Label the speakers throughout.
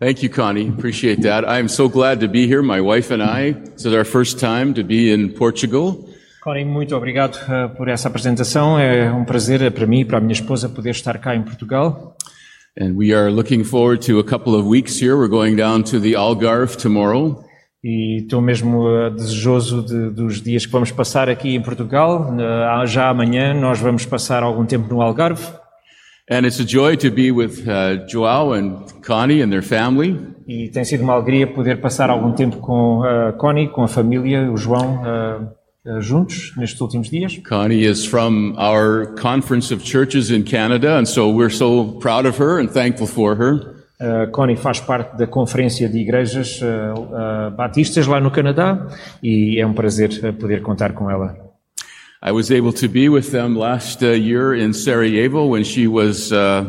Speaker 1: Thank you, Connie. Appreciate that. I am so glad to be here. My wife and I, this is our first time to be in Portugal.
Speaker 2: Corin, muito obrigado eh, por essa apresentação. É um prazer eh, para mim e para a minha esposa poder estar cá em Portugal.
Speaker 1: And we are looking forward to a couple of weeks here. We're going down to the Algarve tomorrow.
Speaker 2: E estou mesmo eh, desejoso de- dos dias que vamos passar aqui em Portugal. Eh, Já amanhã nós vamos passar algum tempo no Algarve.
Speaker 1: And it's a joy to be with uh, Joao and Connie and their family.
Speaker 2: E tem sido uma alegria poder passar algum tempo com a Connie, com a família, o João, eh, eh, juntos nestes últimos dias.
Speaker 1: Connie is from our Conference of Churches in Canada, and so we're so proud of her and thankful for her.
Speaker 2: A Eh, Connie faz parte da Conferência de Igrejas eh, eh, Batistas lá no Canadá e é um prazer eh, poder contar com ela.
Speaker 1: I was able to be with them last uh, year in Sarajevo when she was uh,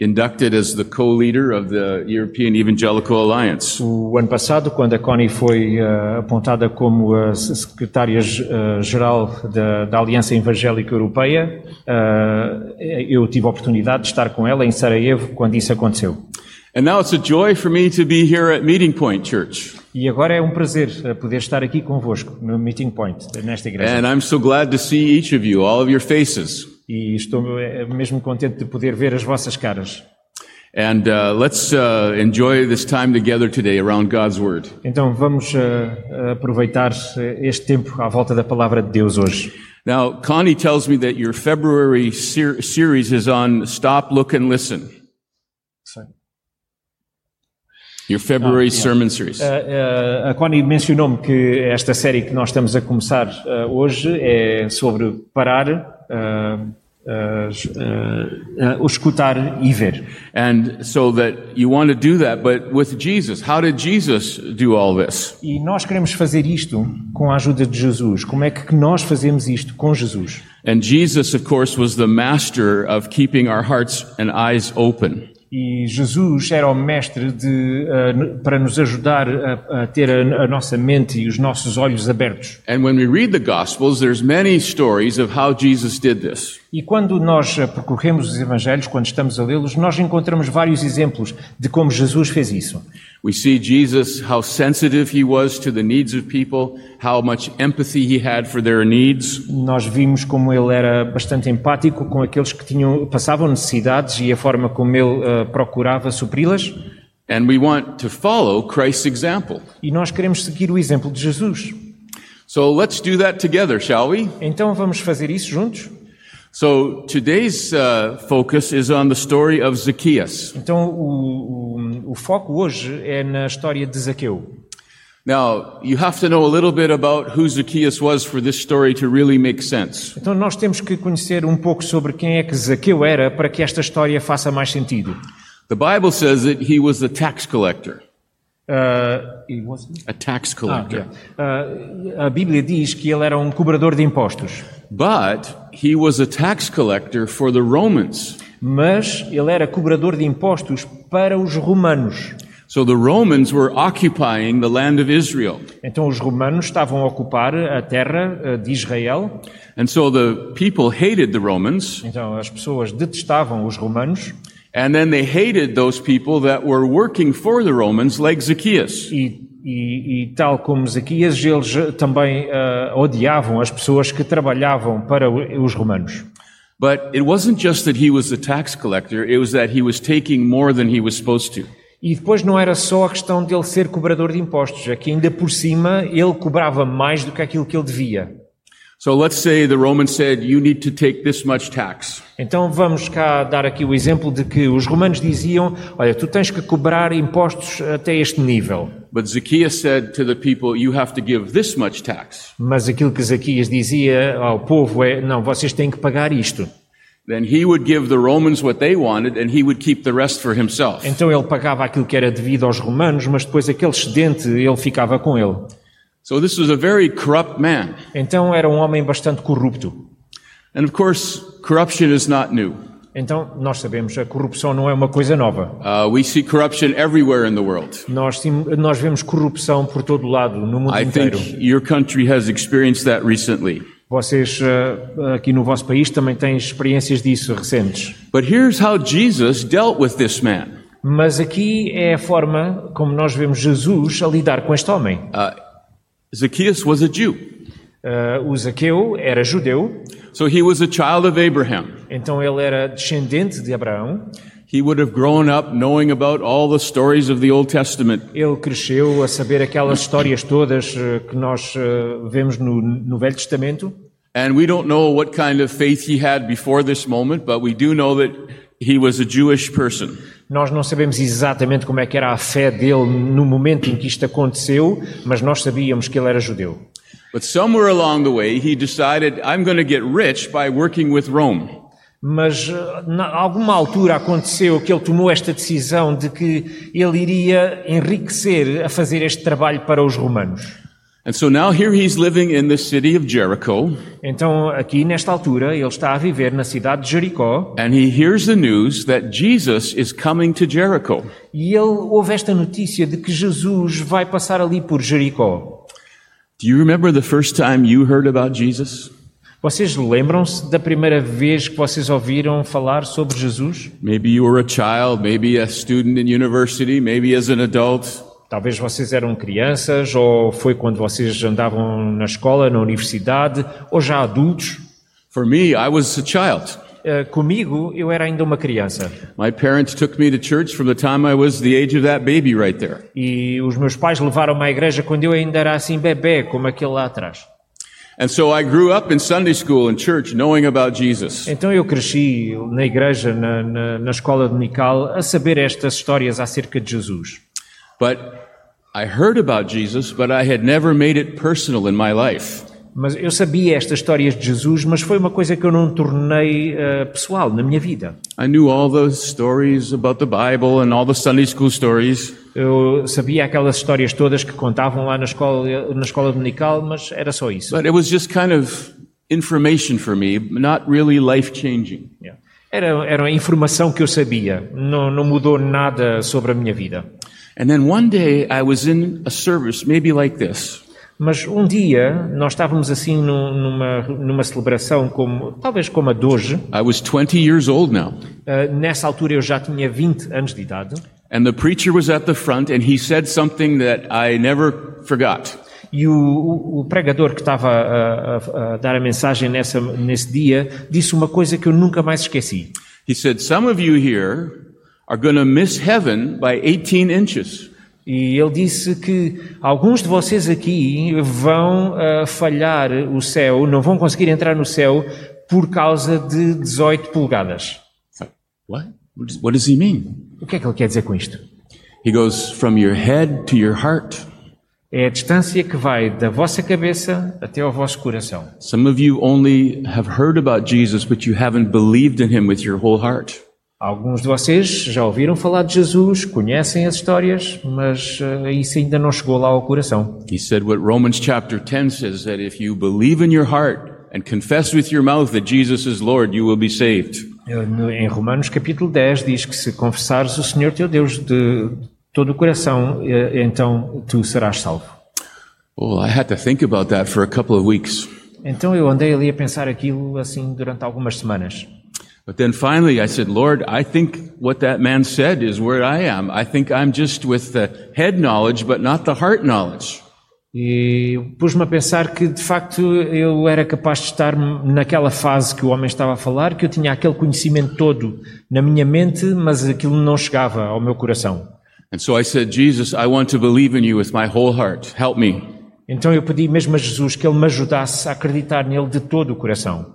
Speaker 1: inducted as the co-leader of the European Evangelical Alliance.
Speaker 2: O ano passado, quando a Connie foi eh, apontada como a secretária-geral eh, da, da Aliança Evangélica Europeia, eh, eu tive a oportunidade de estar com ela em Sarajevo quando isso aconteceu.
Speaker 1: And now it's a joy for me to be here at Meeting Point Church.
Speaker 2: E agora é um prazer eh, poder estar aqui convosco no Meeting Point, nesta igreja.
Speaker 1: And I'm so glad to see each of you, all of your faces.
Speaker 2: E estou eh, mesmo contente de poder ver as vossas caras.
Speaker 1: And uh, let's uh, enjoy this time together today around God's Word.
Speaker 2: Então vamos eh, aproveitar eh, este tempo à volta da palavra de Deus hoje.
Speaker 1: Now, Connie tells me that your February ser- series is on Stop, Look, and Listen. Your February sermon series.
Speaker 2: Eh, A Connie mencionou-me que esta série que nós estamos a começar eh, hoje é sobre parar, eh, eh, es- eh, eh, o escutar e ver.
Speaker 1: and so that you want to do that, but with Jesus. How did Jesus do all this?
Speaker 2: E nós queremos fazer isto com a ajuda de Jesus. Como é que nós fazemos isto com Jesus?
Speaker 1: And Jesus, of course, was the master of keeping our hearts and eyes open.
Speaker 2: E Jesus era o mestre de, eh, n- para nos ajudar a, a ter a, a nossa mente e os nossos olhos abertos.
Speaker 1: And when we read the Gospels, there's many stories of how Jesus did this.
Speaker 2: E quando nós eh, percorremos os Evangelhos, quando estamos a lê-los, nós encontramos vários exemplos de como Jesus fez isso.
Speaker 1: We see Jesus, how sensitive he was to the needs of people, how much empathy he had for their needs.
Speaker 2: Nós vimos como ele era bastante empático com aqueles que tinham, passavam necessidades e a forma como ele eh, procurava supri-las.
Speaker 1: And we want to follow Christ's example.
Speaker 2: E nós queremos seguir o exemplo de Jesus.
Speaker 1: So let's do that together, shall we?
Speaker 2: Então vamos fazer isso juntos?
Speaker 1: So today's uh, focus is on the story of Zacchaeus.
Speaker 2: Então o, o- o foco hoje é na história de Zaqueu.
Speaker 1: Now, you have to know a little bit about who Zacchaeus was for this story to really make sense.
Speaker 2: Então nós temos que conhecer um pouco sobre quem é que Zaqueu era para que esta história faça mais sentido.
Speaker 1: The Bible says that he was a tax collector.
Speaker 2: Ah, e você?
Speaker 1: A tax
Speaker 2: Ah,
Speaker 1: collector.
Speaker 2: ah, a Bíblia diz que ele era um cobrador de impostos,
Speaker 1: But he was a tax collector for the Romans.
Speaker 2: mas ele era cobrador de impostos para os romanos.
Speaker 1: So the Romans were occupying the land of Israel.
Speaker 2: Então os romanos estavam a ocupar a terra ah, de Israel.
Speaker 1: And so the people hated the Romans,
Speaker 2: Então as pessoas detestavam os romanos
Speaker 1: and then they hated those people that were working for the Romans, like Zacchaeus.
Speaker 2: e, e- e tal como Zaquias, eles ah, também ah, odiavam as pessoas que trabalhavam para o- os romanos.
Speaker 1: But it wasn't just that he was a tax collector, it was that he was taking more than he was supposed to.
Speaker 2: E depois não era só a questão dele ser cobrador de impostos, é que ainda por cima ele cobrava mais do que aquilo que ele devia.
Speaker 1: So let's say the Romans said, You need to take this much tax.
Speaker 2: Então vamos cá dar aqui o exemplo de que os romanos diziam: olha, tu tens que cobrar impostos até este nível.
Speaker 1: But Zacchaeus said to the people, You have to give this much tax.
Speaker 2: Mas aquilo que Zaquias dizia ao povo é: não, vocês têm que pagar isto.
Speaker 1: Then he would give the Romans what they wanted, and he would keep the rest for himself.
Speaker 2: Então ele pagava aquilo que era devido aos romanos, mas depois aquele excedente ele ficava com ele.
Speaker 1: So this was a very corrupt man.
Speaker 2: Então era um homem bastante corrupto.
Speaker 1: And of course, corruption is not new.
Speaker 2: Então nós sabemos, a corrupção não é uma coisa nova.
Speaker 1: Uh, we see corruption everywhere in the world.
Speaker 2: Nós, sim- nós vemos corrupção por todo lado, no mundo
Speaker 1: I think
Speaker 2: inteiro.
Speaker 1: your country has experienced that recently.
Speaker 2: Vocês, eh, aqui no vosso país, também têm experiências disso recentes.
Speaker 1: But here's how Jesus dealt with this man.
Speaker 2: Mas aqui é a forma como nós vemos Jesus a lidar com este homem.
Speaker 1: Uh, Zacchaeus was a Jew,
Speaker 2: Ah, o Zaqueu era judeu,
Speaker 1: so he was a child of Abraham.
Speaker 2: então ele era descendente de Abraão.
Speaker 1: He would have grown up knowing about all the stories of the Old Testament.
Speaker 2: Ele cresceu a saber aquelas histórias todas eh, que nós eh, vemos no, no Velho Testamento.
Speaker 1: And we don't know what kind of faith he had before this moment, but we do know that he was a Jewish person.
Speaker 2: Nós não sabemos exatamente como é que era a fé dele no momento em que isto aconteceu, mas nós sabíamos que ele era judeu.
Speaker 1: But somewhere along the way, he decided, I'm going to get rich by working with Rome.
Speaker 2: Mas eh, na alguma altura aconteceu que ele tomou esta decisão de que ele iria enriquecer a fazer este trabalho para os romanos.
Speaker 1: And so now here he's living in the city of Jericho,
Speaker 2: Então, aqui nesta altura, ele está a viver na cidade de Jericó
Speaker 1: and he hears the news that Jesus is coming to Jericho.
Speaker 2: e ele ouve esta notícia de que Jesus vai passar ali por Jericó.
Speaker 1: Do you remember the first time you heard about Jesus?
Speaker 2: Vocês lembram-se da primeira vez que vocês ouviram falar sobre Jesus?
Speaker 1: Maybe you were a child, maybe a student in university, maybe as an adult.
Speaker 2: Talvez vocês eram crianças, ou foi quando vocês andavam na escola, na universidade, ou já adultos.
Speaker 1: For me, I was a child.
Speaker 2: Eh, Comigo, eu era ainda uma criança.
Speaker 1: My parents took me to church from the time I was the age of that baby right there.
Speaker 2: E os meus pais levaram-me à igreja quando eu ainda era assim bebê, como aquele lá atrás.
Speaker 1: And so I grew up in Sunday school and church knowing about Jesus.
Speaker 2: Então eu cresci na igreja, na, na, na escola dominical, a saber estas histórias acerca de Jesus.
Speaker 1: But I heard about Jesus, but I had never made it personal in my life.
Speaker 2: Mas eu sabia estas histórias de Jesus, mas foi uma coisa que eu não tornei eh, pessoal na minha vida.
Speaker 1: I knew all the stories about the Bible and all the Sunday school stories,
Speaker 2: Eu sabia aquelas histórias todas que contavam lá na escola, na escola dominical, mas era só isso.
Speaker 1: but it was just kind of information for me, not really life changing.
Speaker 2: Yeah. Era, era a informação que eu sabia, não, não mudou nada sobre a minha vida.
Speaker 1: And then one day I was in a service, maybe like this,
Speaker 2: Mas um dia nós estávamos assim num- numa, numa celebração, como, talvez como a de hoje.
Speaker 1: I was 20 years old now.
Speaker 2: Uh, nessa altura eu já tinha 20 anos de idade
Speaker 1: And the preacher was at the front and he said something that I never forgot.
Speaker 2: e o, o- o pregador que estava a, a- a dar a mensagem nessa, nesse dia disse uma coisa que eu nunca mais esqueci.
Speaker 1: He said, Some of you here are going to miss heaven by 18 inches.
Speaker 2: E ele disse que alguns de vocês aqui vão uh, falhar o céu, não vão conseguir entrar no céu por causa de 18 polegadas.
Speaker 1: What? What does- What does he mean?
Speaker 2: O que é que ele quer dizer com isto?
Speaker 1: He goes, From your head to your heart.
Speaker 2: É a distância que vai da vossa cabeça até ao vosso coração.
Speaker 1: Some of you only have heard about Jesus, but you haven't believed in him with your whole heart.
Speaker 2: Alguns de vocês já ouviram falar de Jesus, conhecem as histórias, mas eh, isso ainda não chegou lá ao coração.
Speaker 1: He said what Romans chapter 10 says that if you believe in your heart and confess with your mouth that Jesus is Lord, you will be saved.
Speaker 2: Eh, no- Em Romanos capítulo 10 diz que se confessares o Senhor teu Deus de todo o coração, eh, então tu serás salvo.
Speaker 1: Well, I had to think about that for a couple of weeks.
Speaker 2: Então eu andei ali a pensar aquilo assim durante algumas semanas.
Speaker 1: But then finally I said, Lord, I think what that man said is where I am. I think I'm just with the head knowledge, but not the heart knowledge.
Speaker 2: E pus-me a pensar que de facto eu era capaz de estar naquela fase que o homem estava a falar, que eu tinha aquele conhecimento todo na minha mente, mas aquilo não chegava ao meu coração.
Speaker 1: And so I said, Jesus, I want to believe in you with my whole heart. Help me.
Speaker 2: Então eu pedi mesmo a Jesus que ele me ajudasse a acreditar nele de todo o coração.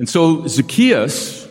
Speaker 1: And so Zacchaeus,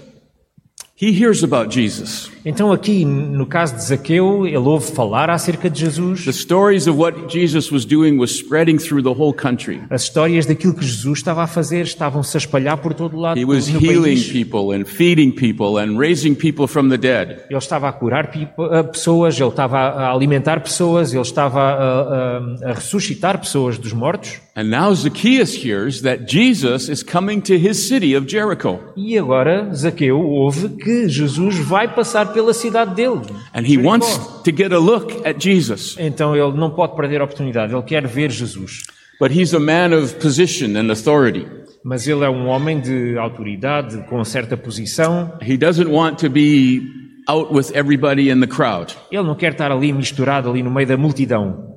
Speaker 1: he hears about Jesus.
Speaker 2: Então aqui, no caso de Zaqueu, ele ouve falar acerca de
Speaker 1: The
Speaker 2: Jesus,
Speaker 1: stories of what Jesus was doing was spreading through the whole country.
Speaker 2: as histórias daquilo que Jesus estava a fazer estavam-se a espalhar por todo o lado
Speaker 1: He
Speaker 2: do
Speaker 1: was
Speaker 2: no
Speaker 1: healing
Speaker 2: país.
Speaker 1: people and feeding people and raising people from the dead.
Speaker 2: Ele estava a curar pipo- a pessoas, ele estava a alimentar pessoas, ele estava a, a- a ressuscitar pessoas dos mortos.
Speaker 1: And now Zacchaeus hears that Jesus is coming to his city of Jericho.
Speaker 2: E agora Zaqueu ouve que Jesus vai passar pela cidade dele.
Speaker 1: And he
Speaker 2: Jericó.
Speaker 1: wants to get a look at Jesus.
Speaker 2: Então ele não pode perder a oportunidade, ele quer ver Jesus.
Speaker 1: But he's a man of position and authority.
Speaker 2: Mas ele é um homem de autoridade, com certa posição.
Speaker 1: He doesn't want to be out with everybody in the crowd.
Speaker 2: Ele não quer estar ali misturado, ali no meio da multidão.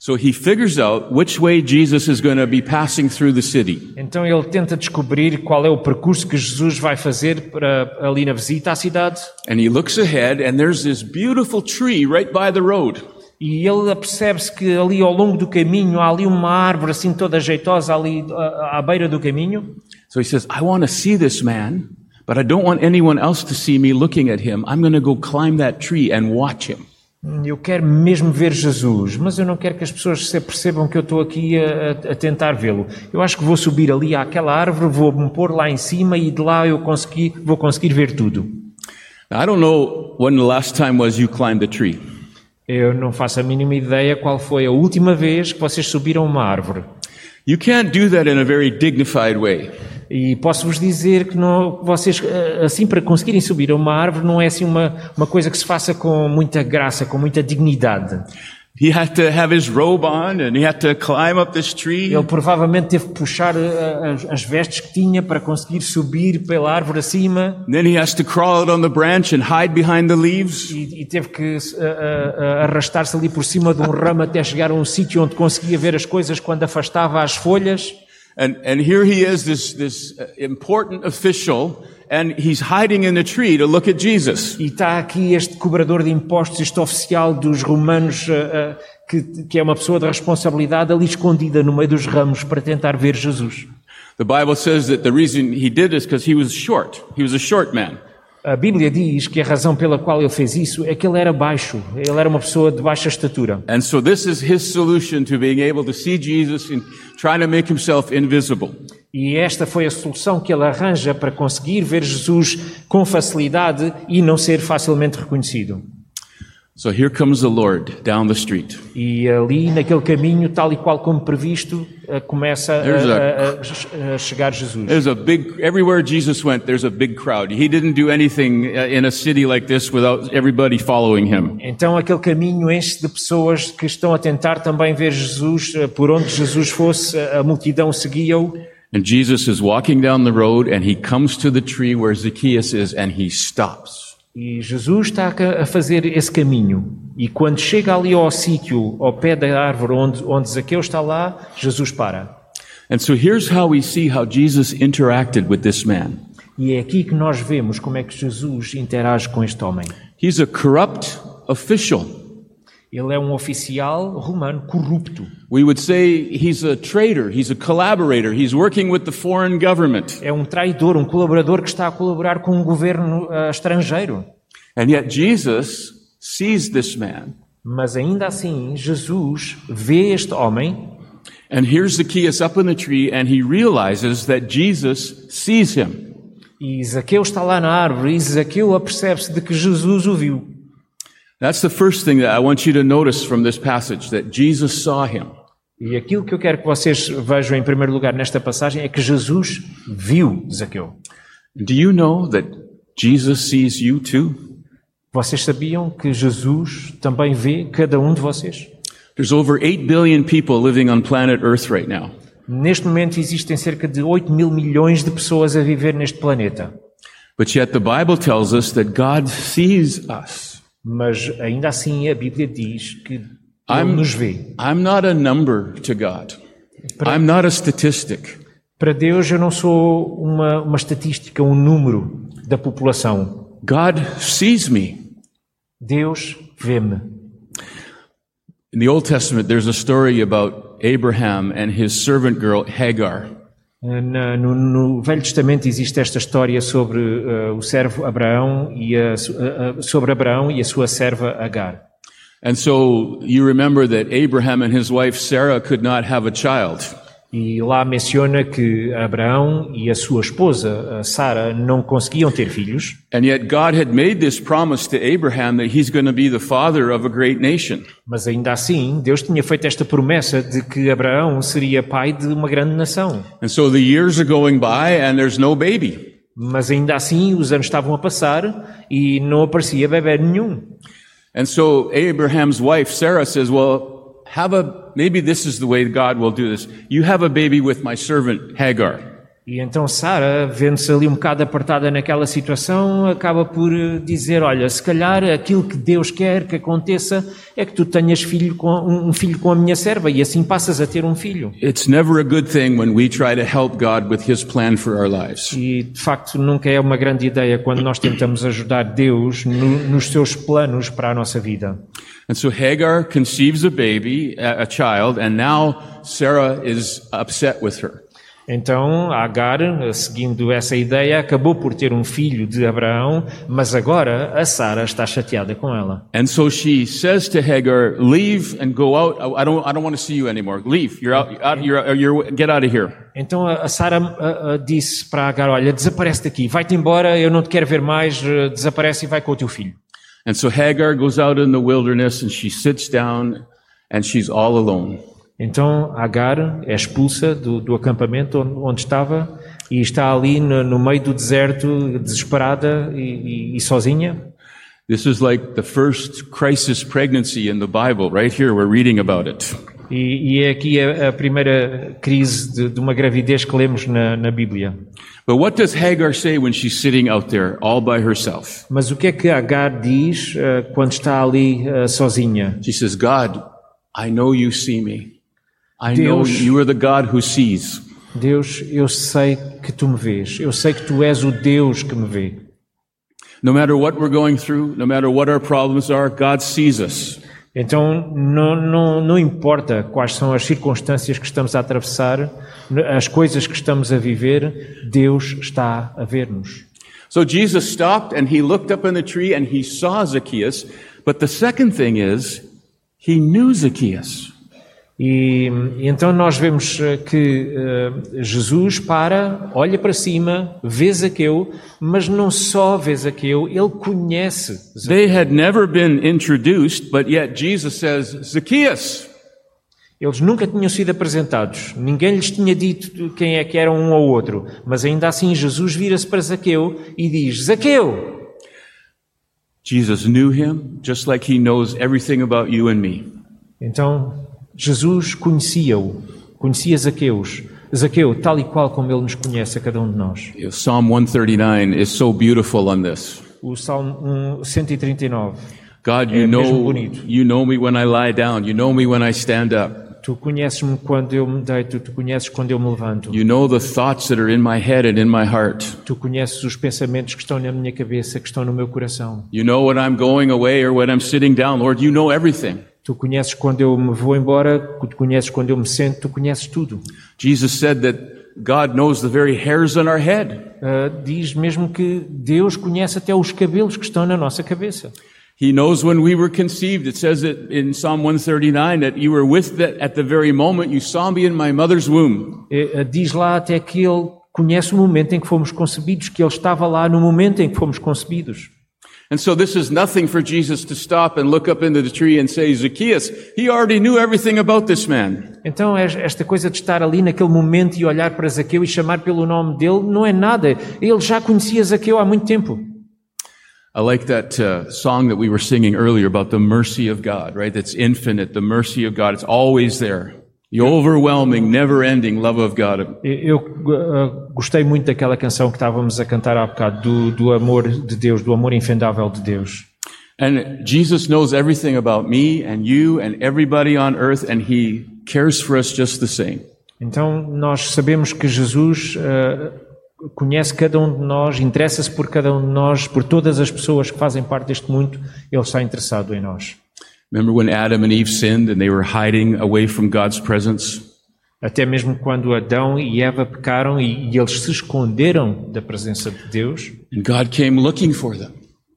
Speaker 1: So he figures out which way Jesus is going to be passing through the city.
Speaker 2: Então ele tenta descobrir qual é o percurso que Jesus vai fazer para, ali na visita à cidade.
Speaker 1: And he looks ahead, and there's this beautiful tree right by the road.
Speaker 2: E ele apercebe-se que ali ao longo do caminho há ali uma árvore assim toda jeitosa ali ah, à beira do caminho.
Speaker 1: So he says, I want to see this man, but I don't want anyone else to see me looking at him. I'm going to go climb that tree and watch him.
Speaker 2: Hum, Eu quero mesmo ver Jesus, mas eu não quero que as pessoas se percebam que eu estou aqui a, a- a tentar vê-lo. Eu acho que vou subir ali àquela árvore, vou me pôr lá em cima e de lá eu consegui, vou conseguir ver tudo.
Speaker 1: Now, I don't know when the last time was you climbed a tree.
Speaker 2: Eu não faço a mínima ideia qual foi a última vez que vocês subiram uma árvore.
Speaker 1: You can't do that in a very dignified way.
Speaker 2: E posso-vos dizer que não, vocês, eh, assim, para conseguirem subir a uma árvore, não é assim uma, uma coisa que se faça com muita graça, com muita dignidade.
Speaker 1: He had to have his robe on and he had to climb up this tree.
Speaker 2: Ele provavelmente teve que puxar eh, as, as vestes que tinha para conseguir subir pela árvore acima
Speaker 1: Then he has to crawl out on the branch and hide behind the leaves.
Speaker 2: e, e teve que eh, eh, eh, arrastar-se ali por cima de um ramo até chegar a um sítio onde conseguia ver as coisas quando afastava as folhas.
Speaker 1: And, and here he is, this, this uh, important official, and he's hiding in a tree to look at Jesus.
Speaker 2: E está aqui este cobrador de impostos, este oficial dos romanos, eh, eh, que, que é uma pessoa de responsabilidade, ali escondida no meio dos ramos para tentar ver Jesus.
Speaker 1: The Bible says that the reason he did this because he was short. He was a short man.
Speaker 2: A Bíblia diz que a razão pela qual ele fez isso é que ele era baixo, ele era uma pessoa de baixa estatura.
Speaker 1: And so this is his solution to being able to see Jesus and trying to make himself invisible.
Speaker 2: E esta foi a solução que ele arranja para conseguir ver Jesus com facilidade e não ser facilmente reconhecido.
Speaker 1: So here comes the Lord down the street.
Speaker 2: E ali, naquele caminho, tal e qual como previsto, eh, começa a- a- a- a chegar Jesus.
Speaker 1: There's a big, everywhere Jesus went, there's a big crowd. He didn't do anything uh, in a city like this without everybody following him.
Speaker 2: Então aquele caminho enche de pessoas que estão a tentar também ver Jesus, eh, por onde Jesus fosse, a a multidão seguia-o.
Speaker 1: And Jesus is walking down the road and he comes to the tree where Zacchaeus is and he stops.
Speaker 2: E Jesus está a a fazer esse caminho. E quando chega ali ao sítio, ao pé da árvore onde, onde Zaqueu está lá, Jesus para.
Speaker 1: And so here's how we see how Jesus interacted with this man.
Speaker 2: E é aqui que nós vemos como é que Jesus interage com este homem.
Speaker 1: He's a corrupt official.
Speaker 2: Ele é um oficial romano corrupto.
Speaker 1: We would say he's a traitor, he's a collaborator, he's working with the foreign government.
Speaker 2: É um traidor, um colaborador que está a colaborar com um governo ah, estrangeiro.
Speaker 1: And yet Jesus sees this man.
Speaker 2: Mas ainda assim, Jesus vê este homem
Speaker 1: And here's Zacchaeus up in the tree, and he realizes that Jesus sees him.
Speaker 2: E Zaqueu está lá na árvore e Zaqueu apercebe-se de que Jesus o viu.
Speaker 1: That's the first thing that I want you to notice from this passage that Jesus saw him.
Speaker 2: E aquilo que eu quero que vocês vejam em primeiro lugar nesta passagem é que Jesus viu Zaqueu.
Speaker 1: Do you know that Jesus sees you too?
Speaker 2: Vocês sabiam que Jesus também vê cada um de vocês?
Speaker 1: There's over 8 billion people living on planet Earth right now.
Speaker 2: Neste momento existem cerca de 8 mil milhões de pessoas a viver neste planeta.
Speaker 1: But yet the Bible tells us that God sees us.
Speaker 2: Mas ainda assim a Bíblia diz que Ele
Speaker 1: I'm-
Speaker 2: nos vê.
Speaker 1: I'm not a number to God. I'm not a statistic.
Speaker 2: Para Deus eu não sou uma, uma estatística, um número da população.
Speaker 1: God sees me.
Speaker 2: Deus vê-me.
Speaker 1: In the Old Testament, there's a story about Abraham and his servant girl, Hagar.
Speaker 2: Eh, Na- No, no Velho Testamento existe esta história sobre eh, o servo Abraão e a su- eh, eh, sobre Abraão e a sua serva Agar.
Speaker 1: And so you remember that Abraham and his wife Sarah could not have a child.
Speaker 2: E lá menciona que Abraão e a sua esposa a Sara não conseguiam ter filhos
Speaker 1: And yet God had made this promise to Abraham that he's going to be the father of a great nation.
Speaker 2: mas ainda assim Deus tinha feito esta promessa de que Abraão seria pai de uma grande nação.
Speaker 1: And so the years are going by and there's no baby.
Speaker 2: Mas ainda assim os anos estavam a passar e não aparecia bebê nenhum.
Speaker 1: And so Abraham's wife Sarah says, well, have a, maybe this is the way God will do this. You have a baby with my servant Hagar.
Speaker 2: E então Sara, vendo-se ali um bocado apertada naquela situação, acaba por eh, dizer: Olha, se calhar aquilo que Deus quer que aconteça é que tu tenhas filho com, um um filho com a minha serva e assim passas a ter um filho.
Speaker 1: It's never a good thing when we try to help God with his plan for our lives.
Speaker 2: E de facto nunca é uma grande ideia quando nós tentamos ajudar Deus no- nos seus planos para a nossa vida.
Speaker 1: And so Hagar conceives a baby, a, a child, and now Sarah is upset with her.
Speaker 2: Então Agar, eh, seguindo essa ideia, acabou por ter um filho de Abraão, mas agora a Sara está chateada com ela.
Speaker 1: And so she says to Hagar, leave and go out. I- I don't, I don't want to see you anymore. Leave. You're out, out you're, you're, get out of here.
Speaker 2: Então a a Sara ah, ah, disse para Agar: Olha, desaparece daqui, vai-te embora, eu não te quero ver mais, eh, desaparece e vai com o teu filho.
Speaker 1: And so Hagar goes out in the wilderness and she sits down and she's all alone.
Speaker 2: Então Agar é expulsa do, do acampamento onde, onde estava e está ali no, no meio do deserto, desesperada e, e- e sozinha.
Speaker 1: This is like the first crisis pregnancy in the Bible. Right here, we're reading about it.
Speaker 2: E, e é aqui a, a primeira crise de, de uma gravidez que lemos na, na Bíblia.
Speaker 1: But what does Hagar say when she's sitting out there all by herself?
Speaker 2: Mas o que é que Agar diz ah, quando está ali ah, sozinha?
Speaker 1: She says, God, I know you see me. I know
Speaker 2: Deus-
Speaker 1: you are the God who sees.
Speaker 2: Deus, eu sei que tu me vês, eu sei que tu és o Deus que me vê.
Speaker 1: No matter what we're going through, no matter what our problems are, God sees us.
Speaker 2: Então, não, não, não importa quais são as circunstâncias que estamos a atravessar, as coisas que estamos a viver, Deus está a ver-nos.
Speaker 1: So Jesus stopped and he looked up in the tree and he saw Zacchaeus. But the second thing is, he knew Zacchaeus.
Speaker 2: E, e então nós vemos eh, que eh, Jesus para, olha para cima, vê Zaqueu, mas não só vê Zaqueu, ele conhece. Zaqueu.
Speaker 1: They had never been introduced, but yet Jesus says, Zacchaeus,
Speaker 2: Eles nunca tinham sido apresentados, ninguém lhes tinha dito quem é que era um ou outro, mas ainda assim Jesus vira-se para Zaqueu e diz: Zaqueu!
Speaker 1: Jesus knew him just like he knows everything about you and me.
Speaker 2: Então, Jesus conhecia-o, conhecia Zaqueus, Zaqueu, tal e qual como ele nos conhece a cada um de nós.
Speaker 1: Psalm 139 is so beautiful on this.
Speaker 2: O Salmo 1, 139.
Speaker 1: God, you
Speaker 2: É mesmo
Speaker 1: know,
Speaker 2: bonito.
Speaker 1: you know me when I lie down. You know me when I stand up.
Speaker 2: Tu conheces-me quando eu me deito, tu conheces quando eu me levanto,
Speaker 1: You know the thoughts that are in my head and in my heart.
Speaker 2: tu conheces os pensamentos que estão na minha cabeça, que estão no meu coração,
Speaker 1: You know when I'm going away or when I'm sitting down. Lord, you know everything.
Speaker 2: tu conheces quando eu me vou embora, tu conheces quando eu me sento, tu conheces tudo.
Speaker 1: Jesus said that God knows the very hairs on our head.
Speaker 2: Ah, diz mesmo que Deus conhece até os cabelos que estão na nossa cabeça.
Speaker 1: He knows when we were conceived. It says it in Psalm 139 that you were with that at the very moment you saw me in my mother's womb.
Speaker 2: Eh, eh, diz lá até que ele conhece o momento em que fomos concebidos, que ele estava lá no momento em que fomos concebidos.
Speaker 1: And so this is nothing for Jesus to stop and look up into the tree and say, Zacchaeus, he already knew everything about this man.
Speaker 2: Então, es- esta coisa de estar ali naquele momento e olhar para Zaqueu e chamar pelo nome dele não é nada. Ele já conhecia Zaqueu há muito tempo.
Speaker 1: I like that uh, song that we were singing earlier about the mercy of God, right? That's infinite, the mercy of God. It's always there. The overwhelming, never ending love of God.
Speaker 2: Eh, Eu eh, gostei muito daquela canção que estávamos a cantar há bocado, do, do amor de Deus, do amor infendável de Deus.
Speaker 1: And Jesus knows everything about me and you and everybody on earth, and he cares for us just the same.
Speaker 2: Então, nós sabemos que Jesus eh, conhece cada um de nós, interessa-se por cada um de nós, por todas as pessoas que fazem parte deste mundo, ele está interessado em nós.
Speaker 1: Remember when Adam and Eve sinned and they were hiding away from God's presence?
Speaker 2: Até mesmo quando Adão e Eva pecaram e, e eles se esconderam da presença de Deus,
Speaker 1: And God came looking for them.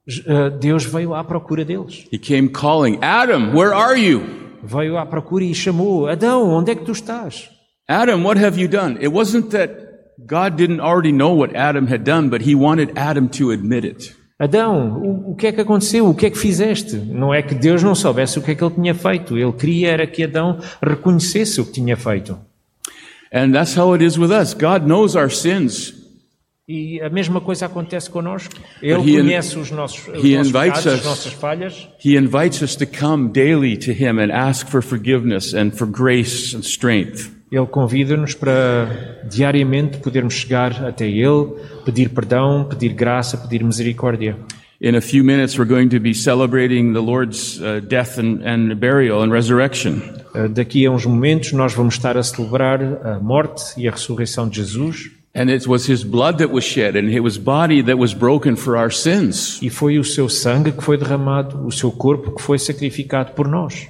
Speaker 2: J- eh, Deus veio à procura deles.
Speaker 1: He came calling, Adam, where are you?
Speaker 2: Veio à procura e chamou: Adão, onde é que tu estás?
Speaker 1: Adam, what have you done? It wasn't that God didn't already know what Adam had done, but he wanted Adam to admit it.
Speaker 2: Adão, o, o que é que aconteceu? O que é que fizeste? Não é que Deus não soubesse o que é que ele tinha feito. Ele queria era que Adão reconhecesse o que tinha feito.
Speaker 1: And that's how it is with us. God knows our sins.
Speaker 2: E a mesma coisa acontece connosco. Ele
Speaker 1: he in-
Speaker 2: conhece os nossos, os
Speaker 1: he
Speaker 2: nossos
Speaker 1: invites
Speaker 2: pecados, as
Speaker 1: us.
Speaker 2: nossas falhas.
Speaker 1: He invites us to come daily to him and ask for forgiveness and for grace and strength.
Speaker 2: Ele convida-nos para diariamente podermos chegar até Ele, pedir perdão, pedir graça, pedir misericórdia.
Speaker 1: In a few minutes, we're going to be celebrating the Lord's uh, death and, and burial and resurrection.
Speaker 2: Uh, Daqui a uns momentos nós vamos estar a celebrar a morte e a ressurreição de Jesus
Speaker 1: And it was his blood that was shed and it was body that was broken for our sins.
Speaker 2: e foi o seu sangue que foi derramado, o seu corpo que foi sacrificado por nós.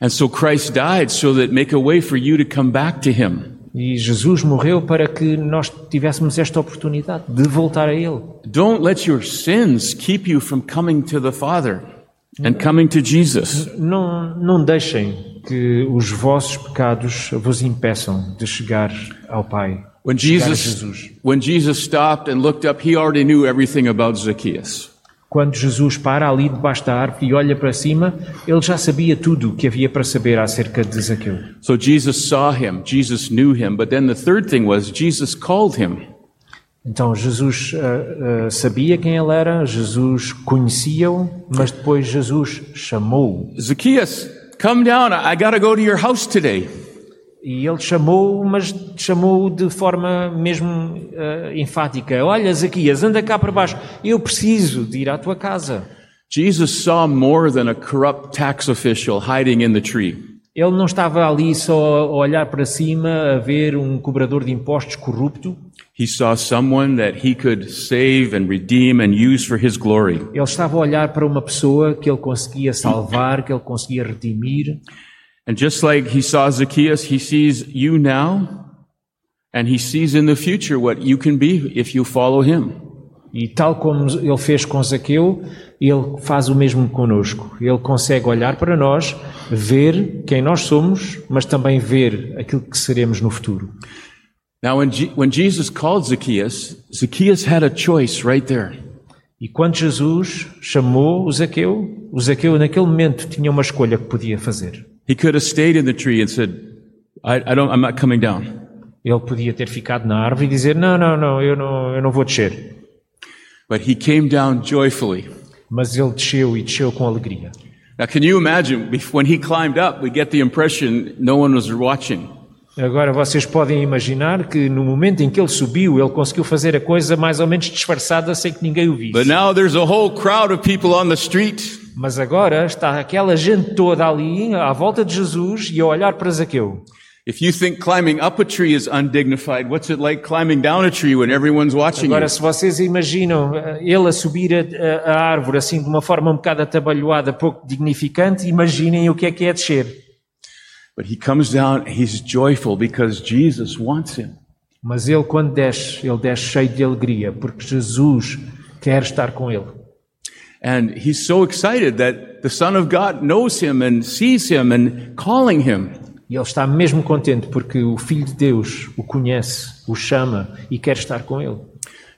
Speaker 1: And so Christ died so that make a way for you to come back to him.
Speaker 2: E Jesus morreu para que nós tivéssemos esta oportunidade de voltar a Ele.
Speaker 1: Don't let your sins keep you from coming to the Father and coming to Jesus.
Speaker 2: Não, não deixem que os vossos pecados vos impeçam de chegar ao Pai.
Speaker 1: When
Speaker 2: chegar a
Speaker 1: Jesus, when Jesus stopped and looked up, he already knew everything about Zacchaeus.
Speaker 2: Quando Jesus para ali debaixo da árvore e olha para cima, ele já sabia tudo o que havia para saber acerca de Zaqueu.
Speaker 1: So Jesus saw him, Jesus knew him, but then the third thing was Jesus called him.
Speaker 2: Então Jesus ah, ah, sabia quem ele era, Jesus conhecia-o, mas depois Jesus chamou-o.
Speaker 1: Zacchaeus, come down, I I gotta go to your house today.
Speaker 2: E ele chamou-o, mas chamou-o de forma mesmo ah, enfática. Olha, Zaquias, anda cá para baixo, eu preciso de ir à tua casa.
Speaker 1: Jesus saw more than a corrupt tax official hiding in the tree.
Speaker 2: Ele não estava ali só a olhar para cima a ver um cobrador de impostos corrupto.
Speaker 1: He saw someone that he could save and redeem and use for his glory.
Speaker 2: Ele estava a olhar para uma pessoa que ele conseguia salvar, que ele conseguia redimir.
Speaker 1: And just like he saw Zacchaeus, he sees you now and he sees in the future what you can be if you follow him.
Speaker 2: E tal como ele fez com Zaqueu, ele faz o mesmo conosco. Ele consegue olhar para nós, ver quem nós somos, mas também ver aquilo que seremos no futuro.
Speaker 1: Now, when, Je- when Jesus called Zacchaeus, Zacchaeus had a choice right there.
Speaker 2: E quando Jesus chamou o Zaqueu, o Zaqueu naquele momento tinha uma escolha que podia fazer.
Speaker 1: He could have stayed in the tree and said, I, I don't, I'm not coming down.
Speaker 2: Ele podia ter ficado na árvore e dizer: Não, não, não, eu não, eu não vou descer.
Speaker 1: But he came down joyfully.
Speaker 2: Mas ele desceu e desceu com alegria.
Speaker 1: Now, can you imagine if- when he climbed up, we get the impression no one was watching.
Speaker 2: Agora vocês podem imaginar que no momento em que ele subiu, ele conseguiu fazer a coisa mais ou menos disfarçada sem que ninguém o visse.
Speaker 1: But now there's a whole crowd of people on the street.
Speaker 2: Mas agora está aquela gente toda ali à volta de Jesus e a olhar para Zaqueu.
Speaker 1: If you think climbing up a tree is undignified, what's it like climbing down a tree when everyone's watching
Speaker 2: Agora,
Speaker 1: you?
Speaker 2: se vocês imaginam eh, ele a subir a, a- a árvore assim de uma forma um bocado atabalhoada, pouco dignificante, imaginem o que é que é descer.
Speaker 1: But he comes down, and he's joyful because Jesus wants him.
Speaker 2: Mas ele, quando desce, ele desce cheio de alegria, porque Jesus quer estar com ele.
Speaker 1: And he's so excited that the Son of God knows him and sees him and calling him.
Speaker 2: E ele está mesmo contente porque o Filho de Deus o conhece, o chama e quer estar com ele.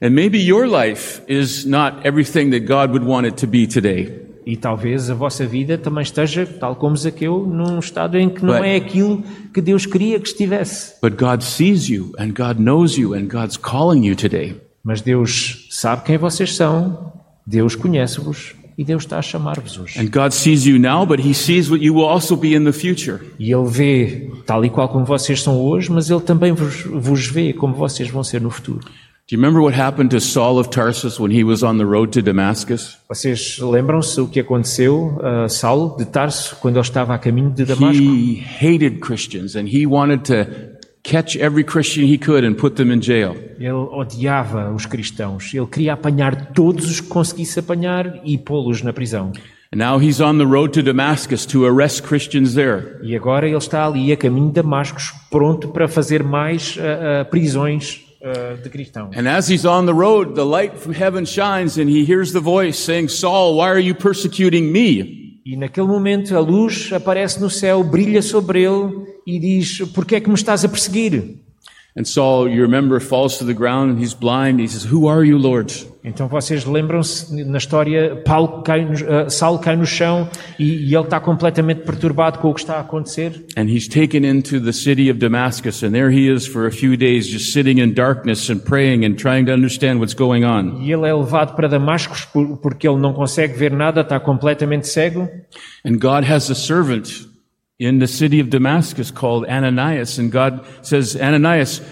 Speaker 1: And maybe your life is not everything that God would want it to be today.
Speaker 2: E talvez a vossa vida também esteja, tal como Zaqueu, num estado em que não é aquilo que Deus queria que estivesse.
Speaker 1: But God sees you and God knows you and God's calling you today.
Speaker 2: Mas Deus sabe quem vocês são, Deus conhece-vos e Deus está a chamar-vos hoje.
Speaker 1: And God sees you now, but He sees what you will also be in the future.
Speaker 2: E Ele vê tal e qual como vocês são hoje, mas Ele também vos, vos vê como vocês vão ser no futuro.
Speaker 1: Do you remember what happened to Saul of Tarsus when he was on the road to Damascus?
Speaker 2: Vocês lembram-se o que aconteceu a Saulo de Tarso quando ele estava a caminho de Damasco?
Speaker 1: He hated Christians and he wanted to catch every Christian he could and put them in jail.
Speaker 2: Ele odiava os cristãos. Ele queria apanhar todos os que conseguisse apanhar e pô-los na prisão.
Speaker 1: And now he's on the road to Damascus to arrest Christians there.
Speaker 2: E agora ele está ali a caminho de Damascos, pronto para fazer mais ah, ah, prisões ah, de cristãos.
Speaker 1: And as he's on the road, the light from heaven shines and he hears the voice saying, Saul, why are you persecuting me?
Speaker 2: E naquele momento a luz aparece no céu, brilha sobre ele e diz: Porquê é que me estás a perseguir?
Speaker 1: And Saul, you remember, falls to the ground and he's blind. He says, Who are you, Lord?
Speaker 2: Então vocês lembram-se na história, Paulo cai no, ah, Saulo cai no chão e- e ele está completamente perturbado com o que está a acontecer.
Speaker 1: And he's taken into the city of Damascus, and there he is for a few days, just sitting in darkness and praying and trying to understand what's going on.
Speaker 2: E ele é levado para Damascus por- porque ele não consegue ver nada, está completamente cego.
Speaker 1: And God has a servant in the city of Damascus called Ananias. And God says, Ananias,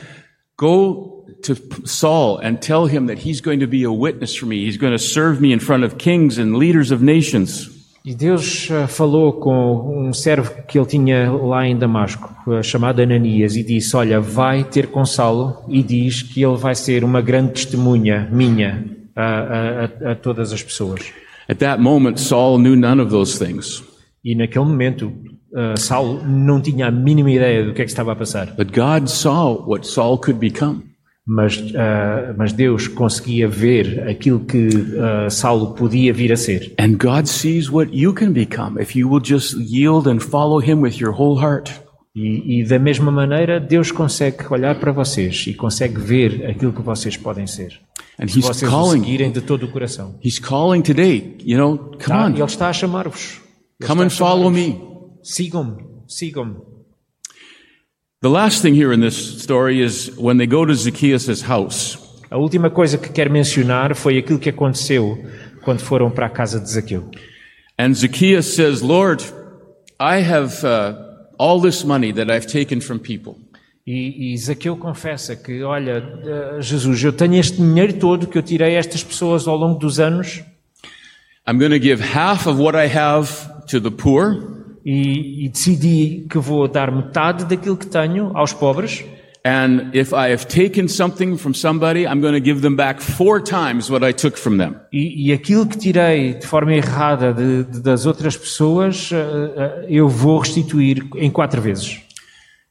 Speaker 1: go to Saul and tell him that he's going to be a witness for me. He's going to serve me in front of kings and leaders of nations.
Speaker 2: E Deus eh, falou com um servo que ele tinha lá em Damasco, eh, chamado Ananias, e disse: Olha, vai ter com Saulo e diz que ele vai ser uma grande testemunha minha a, a- a- a todas as pessoas.
Speaker 1: At that moment, Saul knew none of those things.
Speaker 2: E naquele momento, eh, Saulo não tinha a mínima ideia do que é que estava a passar,
Speaker 1: But God saw what Saul could become.
Speaker 2: mas, eh, mas Deus conseguia ver aquilo que eh, Saulo podia vir a ser.
Speaker 1: And God sees what you can become if you will just yield and follow him with your whole heart.
Speaker 2: E, e da mesma maneira, Deus consegue olhar para vocês e consegue ver aquilo que vocês podem ser.
Speaker 1: And
Speaker 2: Se
Speaker 1: he's
Speaker 2: vocês o
Speaker 1: calling.
Speaker 2: seguirem de todo o coração.
Speaker 1: He's calling today. You know, come
Speaker 2: Tá?
Speaker 1: on,
Speaker 2: Ele está a chamar-vos. Ele
Speaker 1: come and
Speaker 2: está a
Speaker 1: follow
Speaker 2: chamar-vos.
Speaker 1: me.
Speaker 2: Sigam-me, sigam-me.
Speaker 1: The last thing here in this story is when they go to Zacchaeus' house.
Speaker 2: A última coisa que quero mencionar foi aquilo que aconteceu quando foram para a casa de Zaqueu.
Speaker 1: And Zacchaeus says, Lord, I have uh, all this money that I've taken from people.
Speaker 2: E, e Zaqueu confessa que, olha, eh, Jesus, eu tenho este dinheiro todo que eu tirei a estas pessoas ao longo dos anos
Speaker 1: I'm going to give half of what I have to the poor,
Speaker 2: e, e decidi que vou dar metade daquilo que tenho aos pobres.
Speaker 1: and if I have taken something from somebody, I'm going to give them back four times what I took from them.
Speaker 2: E, e aquilo que tirei de forma errada de- de- das outras pessoas, eh, eh, eu vou restituir em quatro vezes.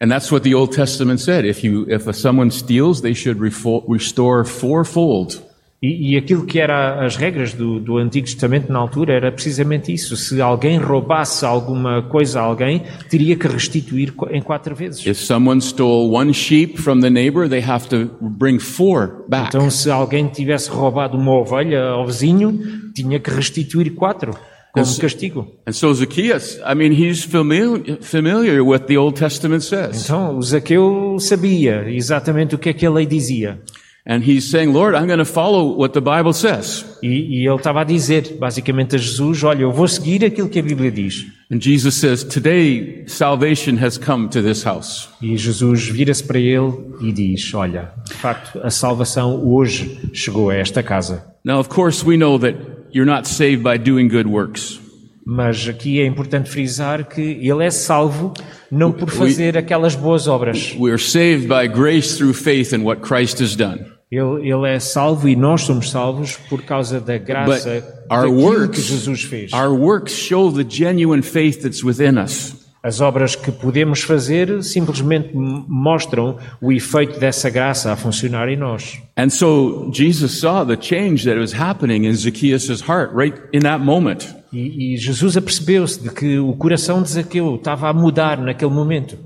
Speaker 1: And that's what the Old Testament said. If you, if someone steals, they should refo- restore fourfold.
Speaker 2: E, e aquilo que era as regras do, do Antigo Testamento na altura era precisamente isso. Se alguém roubasse alguma coisa a alguém, teria que restituir co- em quatro vezes.
Speaker 1: If someone stole one sheep from the neighbor, they have to bring four back.
Speaker 2: Então, se alguém tivesse roubado uma ovelha ao vizinho, tinha que restituir quatro como
Speaker 1: Esse-
Speaker 2: castigo.
Speaker 1: And so Zacchaeus, I mean, he's familiar, familiar with the Old Testament says.
Speaker 2: Então, o Zaqueu sabia exatamente o que é que a lei dizia.
Speaker 1: And he's saying, Lord, I'm going to follow what the Bible says.
Speaker 2: E, e ele estava a dizer, basicamente, a Jesus: Olha, eu vou seguir aquilo que a Bíblia diz.
Speaker 1: And Jesus says, today salvation has come to this house.
Speaker 2: E Jesus vira-se para ele e diz: Olha, de facto, a salvação hoje chegou a esta casa.
Speaker 1: Now, of course, we know that you're not saved by doing good works.
Speaker 2: Mas aqui é importante frisar que ele é salvo não por fazer aquelas boas obras.
Speaker 1: We are saved by grace through faith in what Christ has done.
Speaker 2: Ele, ele é salvo e nós somos salvos por causa da graça
Speaker 1: But our
Speaker 2: daquilo que
Speaker 1: works-
Speaker 2: Jesus fez.
Speaker 1: Our works show the genuine faith that's within us.
Speaker 2: As obras que podemos fazer simplesmente m- mostram o efeito dessa graça a funcionar em nós.
Speaker 1: And so Jesus saw the change that was happening in Zacchaeus' heart right in that moment.
Speaker 2: E, e Jesus apercebeu-se de que o coração de Zaqueu estava a mudar naquele momento.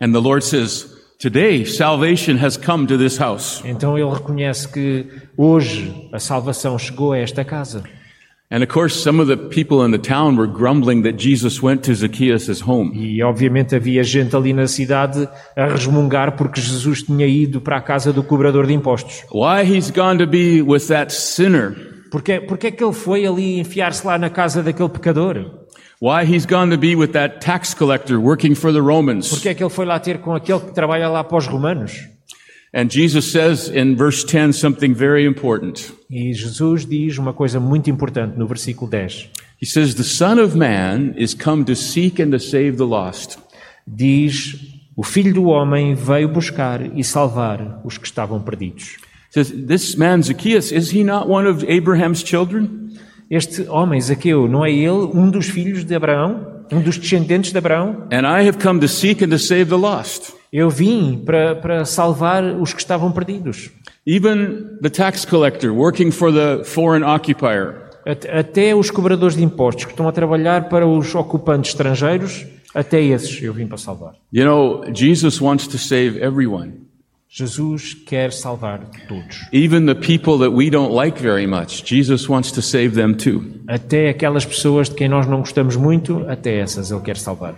Speaker 1: And the Lord says, Today salvation has come to this house.
Speaker 2: Então ele reconhece que hoje a salvação chegou a esta casa.
Speaker 1: And of course, some of the people in the town were grumbling that Jesus went to Zacchaeus' home.
Speaker 2: E obviamente havia gente ali na cidade a resmungar porque Jesus tinha ido para a casa do cobrador de impostos.
Speaker 1: Why he's gone to be with that sinner?
Speaker 2: Porquê, porquê é que ele foi ali enfiar-se lá na casa daquele pecador?
Speaker 1: Why he's gone to be with that tax collector working for the Romans?
Speaker 2: Porquê é que ele foi lá ter com aquele que trabalha lá para os romanos?
Speaker 1: And Jesus says in verse 10 something very important.
Speaker 2: E Jesus diz uma coisa muito importante no versículo 10.
Speaker 1: He says, The Son of Man is come to seek and to save the lost.
Speaker 2: Diz: O filho do homem veio buscar e salvar os que estavam perdidos.
Speaker 1: says, This man Zacchaeus, is he not one of Abraham's children?
Speaker 2: Este homem, Zaqueu, não é ele um dos filhos de Abraão? Um dos descendentes de Abraão?
Speaker 1: And I have come to seek and to save the lost.
Speaker 2: Eu vim para, para salvar os que estavam perdidos.
Speaker 1: Even the tax collector working for the foreign occupier.
Speaker 2: At- Até os cobradores de impostos que estão a trabalhar para os ocupantes estrangeiros, até esses eu vim para salvar.
Speaker 1: You know, Jesus wants to save everyone,
Speaker 2: Jesus quer salvar todos.
Speaker 1: even the people that we don't like very much. Jesus wants to save them too.
Speaker 2: Até aquelas pessoas de quem nós não gostamos muito, até essas ele quer salvar.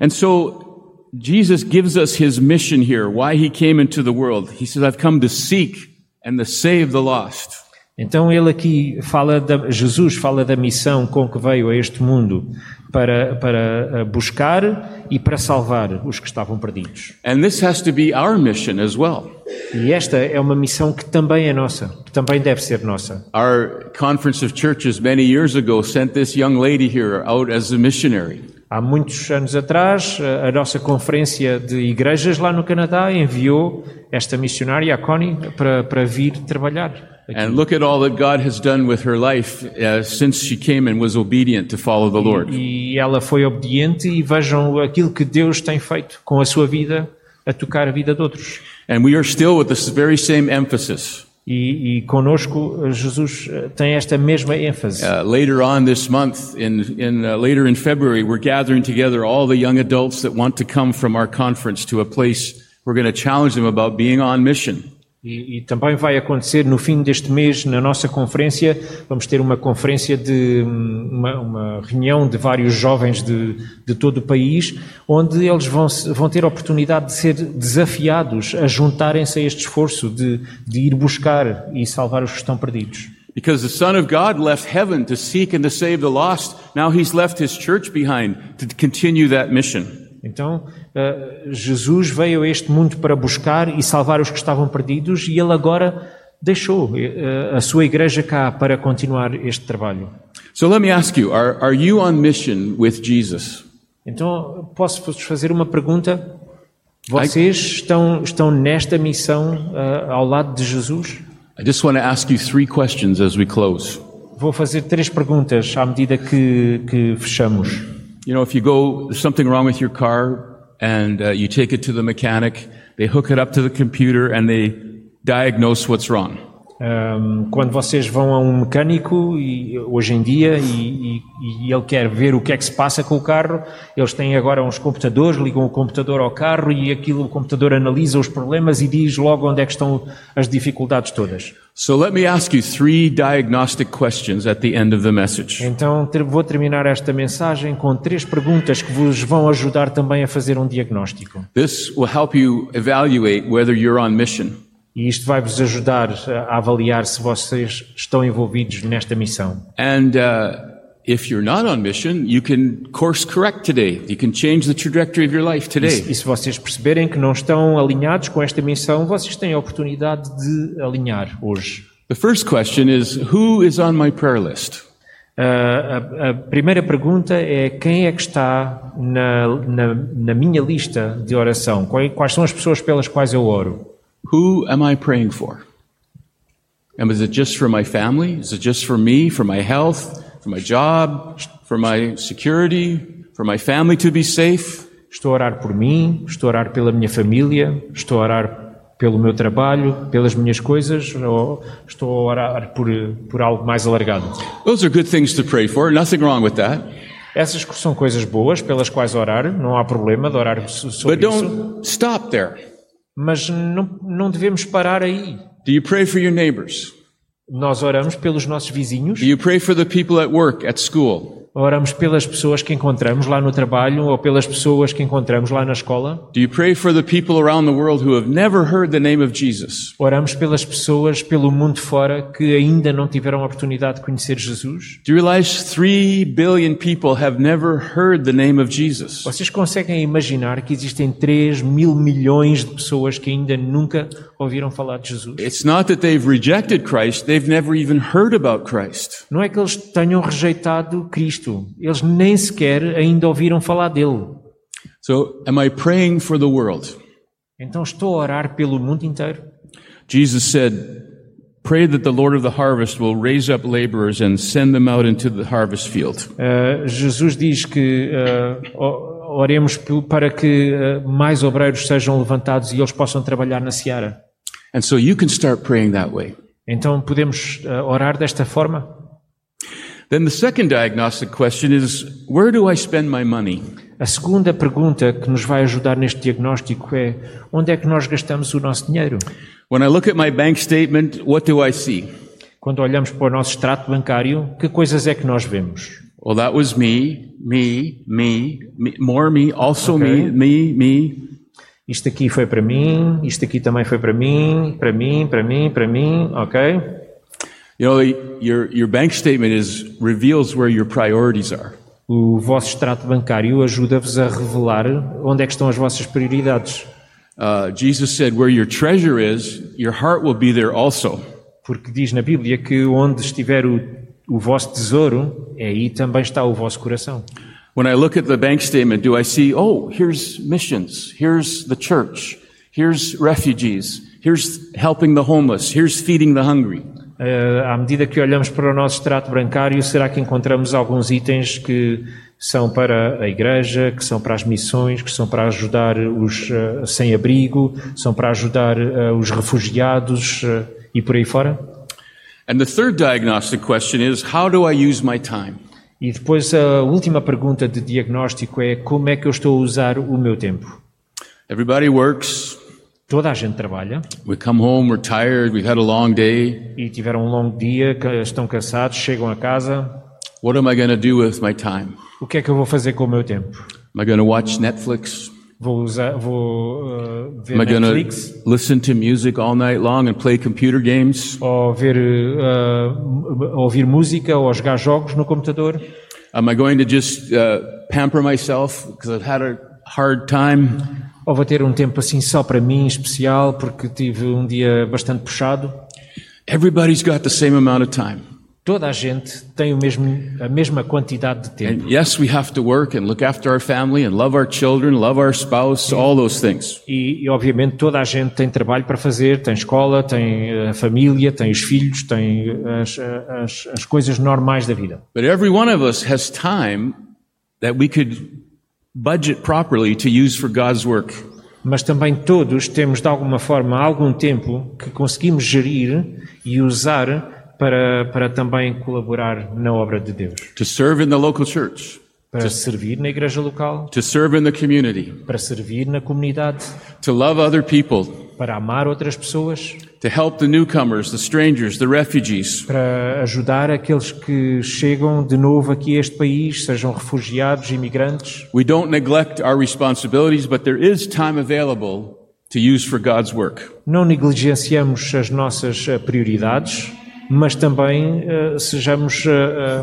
Speaker 1: And so Jesus gives us his mission here, why he came into the world. He says, I've come to seek and to save the lost.
Speaker 2: Então ele aqui fala da, Jesus fala da missão com que veio a este mundo para, para ah, buscar e para salvar os que estavam perdidos.
Speaker 1: And this has to be our mission as well.
Speaker 2: E esta é uma missão que também é nossa, que também deve ser nossa.
Speaker 1: Our conference of churches many years ago sent this young lady here out as a missionary.
Speaker 2: Há muitos anos atrás, a a nossa conferência de igrejas lá no Canadá enviou esta missionária, a Connie, para, para vir trabalhar.
Speaker 1: And look at all that God has done with her life uh, since she came and was obedient to follow the Lord.
Speaker 2: E ela foi obediente e vejam aquilo que Deus tem feito com a sua vida, a tocar a vida de outros.
Speaker 1: And we are still with this very same emphasis.
Speaker 2: E, e conosco, eh, Jesus eh, tem esta mesma ênfase.
Speaker 1: Uh, later on this month, in, in, uh, later in February, we're gathering together all the young adults that want to come from our conference to a place we're going to challenge them about being on mission.
Speaker 2: E, e também vai acontecer no fim deste mês, na nossa conferência, vamos ter uma conferência de hum, uma, uma reunião de vários jovens de, de todo o país, onde eles vão, se- vão ter a oportunidade de ser desafiados a juntarem-se a este esforço de, de ir buscar e salvar os que estão perdidos.
Speaker 1: Because the Son of God left heaven to seek and to save the lost. Now he's left his church behind to continue that mission.
Speaker 2: Então, eh, Jesus veio a este mundo para buscar e salvar os que estavam perdidos, e ele agora deixou eh, a sua igreja cá para continuar este trabalho.
Speaker 1: So let me ask you, are, are you on mission with Jesus?
Speaker 2: Então, posso-vos fazer uma pergunta? Vocês estão, estão nesta missão ah, ao lado de Jesus?
Speaker 1: I just want to ask you three questions as we close.
Speaker 2: Vou fazer três perguntas à medida que, que fechamos.
Speaker 1: You know, if you go, there's something wrong with your car and uh, you take it to the mechanic, they hook it up to the computer and they diagnose what's wrong.
Speaker 2: Ahm, Ehm, quando vocês vão a um mecânico, e, hoje em dia, e, e- e ele quer ver o que é que se passa com o carro, eles têm agora uns computadores, ligam o computador ao carro e aquilo, o computador analisa os problemas e diz logo onde é que estão as dificuldades todas.
Speaker 1: So let me ask you three diagnostic questions at the end of the message.
Speaker 2: Então ter- vou terminar esta mensagem com três perguntas que vos vão ajudar também a fazer um diagnóstico.
Speaker 1: This will help you evaluate whether you're on mission.
Speaker 2: E isto vai vos ajudar a a avaliar se vocês estão envolvidos nesta missão.
Speaker 1: And uh, if you're not on mission, you can course correct today. You can change the trajectory of your life today.
Speaker 2: E se vocês perceberem que não estão alinhados com esta missão, vocês têm a oportunidade de alinhar hoje.
Speaker 1: The first question is Who is on my prayer list?
Speaker 2: Ah, a, a primeira pergunta é quem é que está na, na- na minha lista de oração? Quais, quais são as pessoas pelas quais eu oro?
Speaker 1: Who am I praying for? And is it just for my family? Is it just for me, for my health, for my job, for my security, for my family to be safe?
Speaker 2: Estou a orar por mim, estou a orar pela minha família, estou a orar pelo meu trabalho, pelas minhas coisas, ou estou a orar por, por algo mais alargado.
Speaker 1: Those are good things to pray for. Nothing wrong with that.
Speaker 2: Essas são coisas boas pelas quais orar, não há problema de orar so- sobre
Speaker 1: But
Speaker 2: isso,
Speaker 1: don't stop there.
Speaker 2: mas não, não devemos parar aí.
Speaker 1: Do you pray for your neighbors?
Speaker 2: Nós oramos pelos nossos vizinhos,
Speaker 1: Do you pray for the people at work, at school?
Speaker 2: oramos pelas pessoas que encontramos lá no trabalho ou pelas pessoas que encontramos lá na escola,
Speaker 1: Do you pray for the people around the world who have never heard the name of Jesus?
Speaker 2: oramos pelas pessoas pelo mundo fora que ainda não tiveram a oportunidade de conhecer Jesus.
Speaker 1: Do you realize three billion people have never heard the name of Jesus?
Speaker 2: Vocês conseguem imaginar que existem 3 mil milhões de pessoas que ainda nunca ouviram falar de Jesus?
Speaker 1: It's not that they've rejected Christ, they've never even heard about Christ.
Speaker 2: Não é que eles tenham rejeitado Cristo, eles nem sequer ainda ouviram falar dele.
Speaker 1: So, am I praying for the world?
Speaker 2: Então estou a orar pelo mundo inteiro.
Speaker 1: Jesus said, Pray that the Lord of the harvest will raise up laborers and send them out into the harvest field.
Speaker 2: Ah, Jesus diz que ah, o- oremos pe- para que ah, mais obreiros sejam levantados e eles possam trabalhar na seara.
Speaker 1: And so you can start praying that way.
Speaker 2: Então podemos ah, orar desta forma?
Speaker 1: Then the second diagnostic question is, Where do I spend my money?
Speaker 2: A segunda pergunta que nos vai ajudar neste diagnóstico é onde é que nós gastamos o nosso dinheiro?
Speaker 1: When I look at my bank statement, what do I see?
Speaker 2: Quando olhamos para o nosso extrato bancário, que coisas é que nós vemos?
Speaker 1: Well, that was me, me, me, me more me, also me,
Speaker 2: Okay.
Speaker 1: me, me.
Speaker 2: Isto aqui foi para mim, isto aqui também foi para mim, para mim, para mim, para mim, ok?
Speaker 1: You know, your, your bank statement is, reveals where your priorities are.
Speaker 2: O vosso extrato bancário ajuda-vos a revelar onde é que estão as vossas prioridades.
Speaker 1: Uh, Jesus said, Where your treasure is, your heart will be there also.
Speaker 2: Porque diz na Bíblia que onde estiver o, o vosso tesouro, é aí também está o vosso coração.
Speaker 1: When I look at the bank statement, do I see, oh, here's missions, here's the church, here's refugees, here's helping the homeless, here's feeding the hungry?
Speaker 2: Eh, à medida que olhamos para o nosso extrato bancário, será que encontramos alguns itens que são para a igreja, que são para as missões, que são para ajudar os eh, sem-abrigo, são para ajudar eh, os refugiados eh, e por aí fora?
Speaker 1: And the third diagnostic question is, How do I use my time?
Speaker 2: E depois a última pergunta de diagnóstico é como é que eu estou a usar o meu tempo?
Speaker 1: Everybody works.
Speaker 2: Toda a gente trabalha
Speaker 1: We come home, we're tired, we've had a long day.
Speaker 2: e tiveram um longo dia, ca- estão cansados, chegam a casa.
Speaker 1: What am I going to do with my time?
Speaker 2: O que é que eu vou fazer com o meu tempo?
Speaker 1: Am I going to watch Netflix?
Speaker 2: Vou usar, vou eh, ver
Speaker 1: Am I going
Speaker 2: Netflix?
Speaker 1: to listen to music all night long and play computer games?
Speaker 2: ou ver, eh, m- ouvir música ou jogar jogos no computador?
Speaker 1: Am I going to just uh, pamper myself because I've had a hard time?
Speaker 2: Ou vou ter um tempo assim só para mim, especial, porque tive um dia bastante puxado?
Speaker 1: Everybody's got the same amount of time.
Speaker 2: Toda a gente tem o mesmo, a mesma quantidade de tempo.
Speaker 1: And yes, we have to work and look after our family and love our children, love our spouse, all those things.
Speaker 2: E, e, obviamente, toda a gente tem trabalho para fazer, tem escola, tem eh, a família, tem os filhos, tem as, eh, as, as coisas normais da vida.
Speaker 1: But every one of us has time that we could budget properly to use for God's work.
Speaker 2: Mas também todos temos, de alguma forma, algum tempo que conseguimos gerir e usar para, para também colaborar na obra de Deus.
Speaker 1: To serve in the local church,
Speaker 2: Para servir na igreja local,
Speaker 1: to serve in the community,
Speaker 2: para servir na comunidade,
Speaker 1: to love other people,
Speaker 2: para amar outras pessoas,
Speaker 1: to help the newcomers, the strangers, the refugees.
Speaker 2: para ajudar aqueles que chegam de novo aqui a este país, sejam refugiados, imigrantes.
Speaker 1: We don't neglect our responsibilities, but there is time available to use for God's work.
Speaker 2: não negligenciamos as nossas eh, prioridades, mas também eh, sejamos, eh, eh,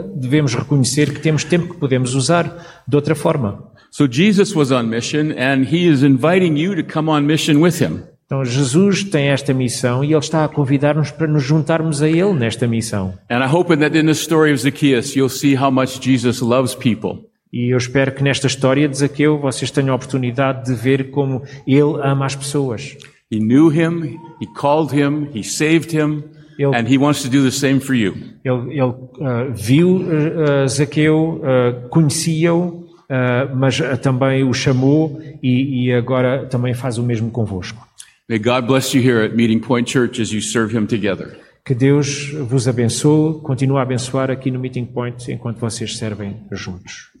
Speaker 2: eh, devemos reconhecer que temos tempo que podemos usar de outra forma.
Speaker 1: So Jesus was on mission and he is inviting you to come on mission with him.
Speaker 2: Então Jesus tem esta missão e ele está a convidar-nos para nos juntarmos a ele nesta missão.
Speaker 1: And I hope in that in the story of Zacchaeus, you'll see how much Jesus loves people.
Speaker 2: E eu espero que nesta história de Zaqueu vocês tenham a oportunidade de ver como ele ama as pessoas.
Speaker 1: He knew him, he called him, he saved him,
Speaker 2: He'll-
Speaker 1: and he wants to do the same for you.
Speaker 2: Ele, ele, ah, viu ah, ah, Zaqueu, ah, conhecia-o, ah, mas ah, também o chamou e, e agora também faz o mesmo convosco.
Speaker 1: May God bless you here at Meeting Point Church as you serve him together.
Speaker 2: Que Deus vos abençoe, continue a abençoar aqui no Meeting Point enquanto vocês servem juntos.